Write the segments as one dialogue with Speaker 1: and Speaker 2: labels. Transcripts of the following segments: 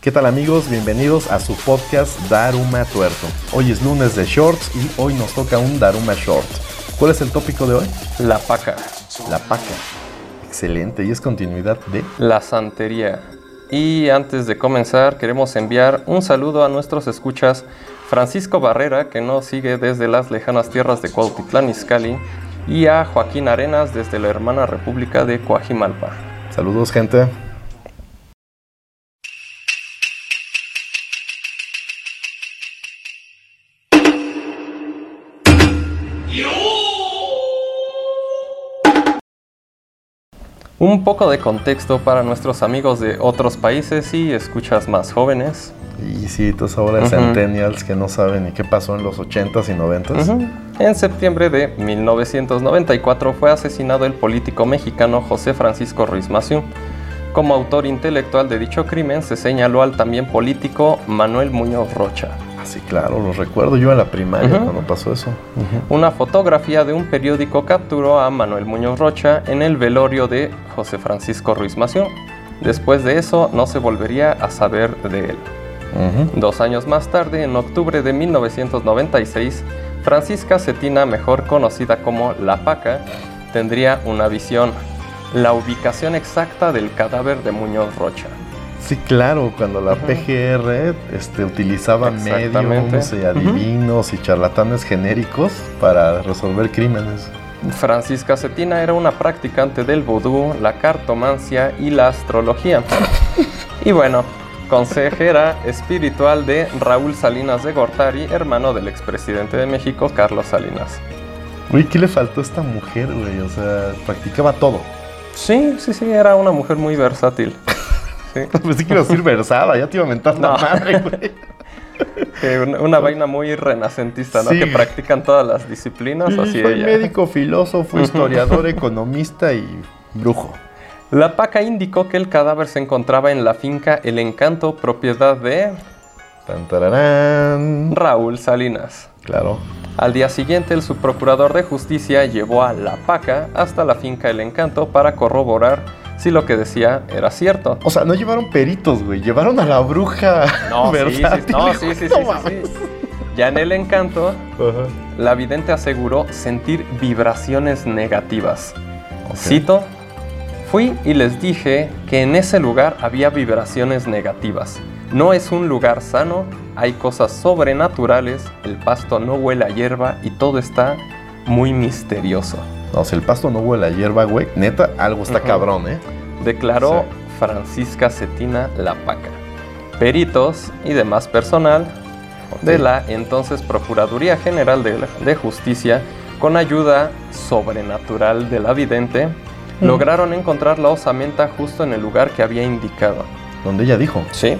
Speaker 1: ¿Qué tal amigos? Bienvenidos a su podcast Daruma Tuerto. Hoy es lunes de shorts y hoy nos toca un Daruma Short. ¿Cuál es el tópico de hoy?
Speaker 2: La paca,
Speaker 1: La paca. Excelente, y es continuidad de...
Speaker 2: la santería. Y antes de comenzar, queremos enviar un saludo a nuestros escuchas Francisco Barrera, que nos sigue desde las lejanas tierras de Cuautitlán Izcalli, y a Joaquín Arenas desde la hermana república de Coajimalpa.
Speaker 1: Saludos gente.
Speaker 2: Un poco de contexto para nuestros amigos de otros países y escuchas más jóvenes.
Speaker 1: Y sí, todas ahora
Speaker 2: Ujú.
Speaker 1: centennials que no saben ni qué pasó en los 80s y 90s.
Speaker 2: Ujú. En septiembre de 1994 fue asesinado el político mexicano José Francisco Ruiz Maciú. Como autor intelectual de dicho crimen se señaló al también político Manuel Muñoz Rocha.
Speaker 1: Así Ah, claro, los recuerdo yo en la primaria
Speaker 2: Ujú.
Speaker 1: cuando pasó eso.
Speaker 2: Una fotografía de un periódico capturó a Manuel Muñoz Rocha en el velorio de José Francisco Ruiz Maciú. Después de eso no se volvería a saber de él.
Speaker 1: Ujú.
Speaker 2: Dos años más tarde, en octubre de 1996, Francisca Cetina, mejor conocida como La Paca, tendría una visión, la ubicación exacta del cadáver de Muñoz Rocha.
Speaker 1: Sí, claro, cuando la
Speaker 2: Ujú.
Speaker 1: PGR este, utilizaba
Speaker 2: Exactamente.
Speaker 1: medios y
Speaker 2: Ujú.
Speaker 1: adivinos y charlatanes genéricos para resolver crímenes.
Speaker 2: Francisca Cetina era una practicante del vudú, la cartomancia y la astrología. Y bueno, consejera espiritual de Raúl Salinas de Gortari, hermano del expresidente de México, Carlos Salinas.
Speaker 1: Uy, ¿qué le faltó a esta mujer, güey? O sea, practicaba todo.
Speaker 2: Sí, sí, sí, era una mujer muy versátil. Sí.
Speaker 1: Pensé que iba a decir versada, ya te iba a mentar la
Speaker 2: No.
Speaker 1: madre, güey.
Speaker 2: Que una, una vaina muy renacentista, ¿no?
Speaker 1: Sí.
Speaker 2: Que practican todas las disciplinas, así
Speaker 1: Y fue
Speaker 2: ella.
Speaker 1: médico, filósofo, historiador, economista y brujo.
Speaker 2: La paca indicó que el cadáver se encontraba en la finca El Encanto, propiedad de
Speaker 1: Tan, tararán.
Speaker 2: Raúl Salinas.
Speaker 1: Claro.
Speaker 2: Al día siguiente, el subprocurador de justicia llevó a la paca hasta la finca El Encanto para corroborar si lo que decía era cierto.
Speaker 1: O sea, no llevaron peritos, güey. Llevaron a la bruja.
Speaker 2: No, sí, sí,
Speaker 1: versátil,
Speaker 2: no,
Speaker 1: güey.
Speaker 2: sí, sí, sí,
Speaker 1: No
Speaker 2: sí, sí.
Speaker 1: mames.
Speaker 2: Ya en El Encanto,
Speaker 1: Ajá.
Speaker 2: la vidente aseguró sentir vibraciones negativas.
Speaker 1: Ok.
Speaker 2: Cito, fui y les dije que en ese lugar había vibraciones negativas. No es un lugar sano, hay cosas sobrenaturales, el pasto no huele a hierba y todo está muy misterioso.
Speaker 1: No, si el pasto no huele a hierba, güey, neta, algo está
Speaker 2: Ujú.
Speaker 1: cabrón, ¿eh?
Speaker 2: Declaró
Speaker 1: Sí.
Speaker 2: Francisca Cetina La Paca. Peritos y demás personal de
Speaker 1: Ok.
Speaker 2: la entonces Procuraduría General de, de Justicia, con ayuda sobrenatural de la vidente,
Speaker 1: Mm.
Speaker 2: lograron encontrar la osamenta justo en el lugar que había indicado.
Speaker 1: Donde ella dijo.
Speaker 2: Sí,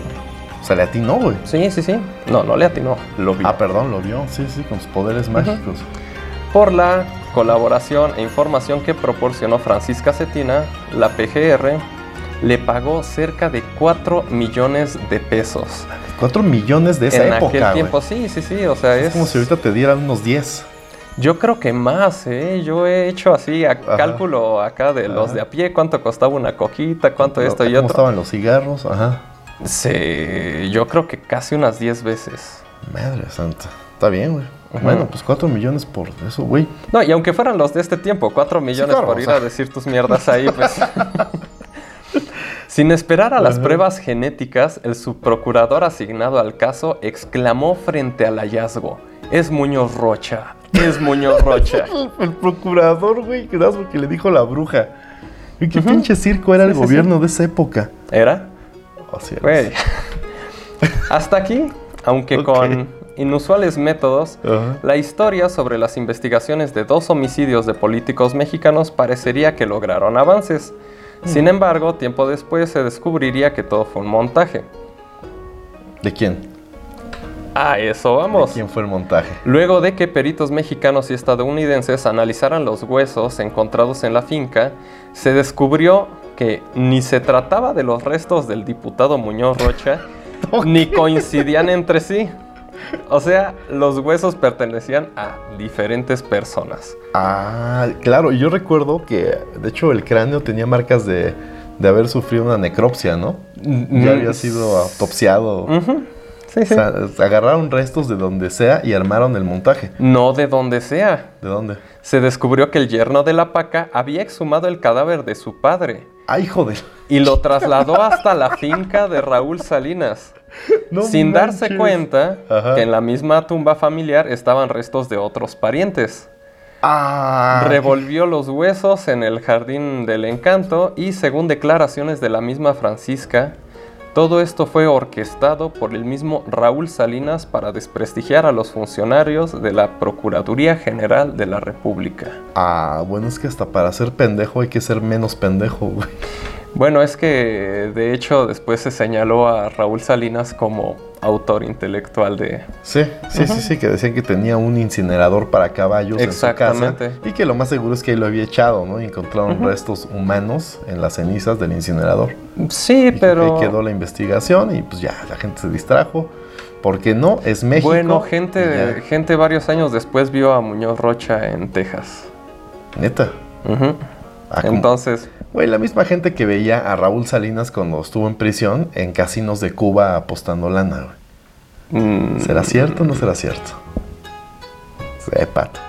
Speaker 1: O sea, le atinó, güey.
Speaker 2: sí, sí, sí. No, no le atinó. Lo vi.
Speaker 1: Ah, perdón, lo vio. Sí, sí, con sus poderes mágicos.
Speaker 2: Por la colaboración e información que proporcionó Francisca Cetina, la PGR le pagó cerca de 4 millones de pesos.
Speaker 1: Cuatro millones de esa
Speaker 2: en
Speaker 1: época,
Speaker 2: aquel
Speaker 1: güey.
Speaker 2: tiempo, sí, sí, sí, o sea,
Speaker 1: Es
Speaker 2: es...
Speaker 1: como si ahorita te dieran unos 10.
Speaker 2: Yo creo que más, ¿eh? Yo he hecho así a-
Speaker 1: Ajá.
Speaker 2: cálculo acá de los
Speaker 1: Ajá.
Speaker 2: de a pie, cuánto costaba una coquita, cuánto esto y
Speaker 1: ¿Cómo
Speaker 2: otro.
Speaker 1: estaban los cigarros? Ajá.
Speaker 2: Sí, yo creo que casi unas 10 veces.
Speaker 1: Madre santa. Está bien, güey.
Speaker 2: Ajá.
Speaker 1: Bueno, pues cuatro millones por eso, güey.
Speaker 2: No, y aunque fueran los de este tiempo, 4 millones
Speaker 1: claro,
Speaker 2: por
Speaker 1: o
Speaker 2: ir
Speaker 1: sea.
Speaker 2: a decir tus mierdas ahí, pues. Sin esperar a las
Speaker 1: Ajá.
Speaker 2: pruebas genéticas, el subprocurador asignado al caso exclamó frente al hallazgo: Es Muñoz Rocha, es Muñoz Rocha.
Speaker 1: El, el procurador, güey, que nada más porque le dijo la bruja. Güey, qué pinche circo era
Speaker 2: Sí,
Speaker 1: el
Speaker 2: sí,
Speaker 1: gobierno de esa época. Oh,
Speaker 2: ¿Era?
Speaker 1: Así es.
Speaker 2: Güey. Hasta aquí, aunque
Speaker 1: Ok.
Speaker 2: con inusuales métodos,
Speaker 1: Ajá.
Speaker 2: la historia sobre las investigaciones de dos homicidios de políticos mexicanos parecería que lograron avances. Sin embargo, tiempo después se descubriría que todo fue un montaje.
Speaker 1: ¿De quién?
Speaker 2: A eso
Speaker 1: ¿De
Speaker 2: vamos.
Speaker 1: quién fue el montaje?
Speaker 2: Luego de que peritos mexicanos y estadounidenses analizaran los huesos encontrados en la finca, se descubrió que ni se trataba de los restos del diputado Muñoz Rocha, ni coincidían entre sí. O sea, los huesos pertenecían a diferentes personas.
Speaker 1: Ah, claro, y yo recuerdo que, de hecho, el cráneo tenía marcas de, de haber sufrido una necropsia, ¿no? Ya había sido autopsiado.
Speaker 2: Mm. Ujú. Sí,
Speaker 1: O
Speaker 2: sí.
Speaker 1: sea, agarraron restos de donde sea y armaron el montaje.
Speaker 2: No de donde sea.
Speaker 1: ¿De dónde?
Speaker 2: Se descubrió que el yerno de la paca había exhumado el cadáver de su padre
Speaker 1: ¡Ay, joder!
Speaker 2: y lo trasladó hasta la finca de Raúl Salinas,
Speaker 1: No
Speaker 2: sin darse
Speaker 1: manches.
Speaker 2: cuenta
Speaker 1: Ajá.
Speaker 2: que en la misma tumba familiar estaban restos de otros parientes.
Speaker 1: ¡Ah!
Speaker 2: Revolvió los huesos en el jardín del encanto y según declaraciones de la misma Francisca, todo esto fue orquestado por el mismo Raúl Salinas para desprestigiar a los funcionarios de la Procuraduría General de la República.
Speaker 1: Ah, bueno, es que hasta para ser pendejo hay que ser menos pendejo, güey.
Speaker 2: Bueno, es que de hecho después se señaló a Raúl Salinas como autor intelectual de...
Speaker 1: Sí, sí, sí, sí, que decían que tenía un incinerador para caballos en su casa.
Speaker 2: Exactamente.
Speaker 1: Y que lo más seguro es que ahí lo había echado, ¿no? Y encontraron restos humanos en las cenizas del incinerador.
Speaker 2: Sí,
Speaker 1: Y
Speaker 2: pero...
Speaker 1: Ahí quedó la investigación y pues ya, la gente se distrajo. Porque no, es México.
Speaker 2: Bueno,
Speaker 1: y
Speaker 2: gente, gente varios años después vio a Muñoz Rocha en Texas.
Speaker 1: ya, Neta.
Speaker 2: Ujú.
Speaker 1: Ah, como-
Speaker 2: Entonces,
Speaker 1: Güey, la misma gente que veía a Raúl Salinas cuando estuvo en prisión en casinos de Cuba apostando lana, güey.
Speaker 2: mm,
Speaker 1: ¿Será cierto o no será cierto? Sepa.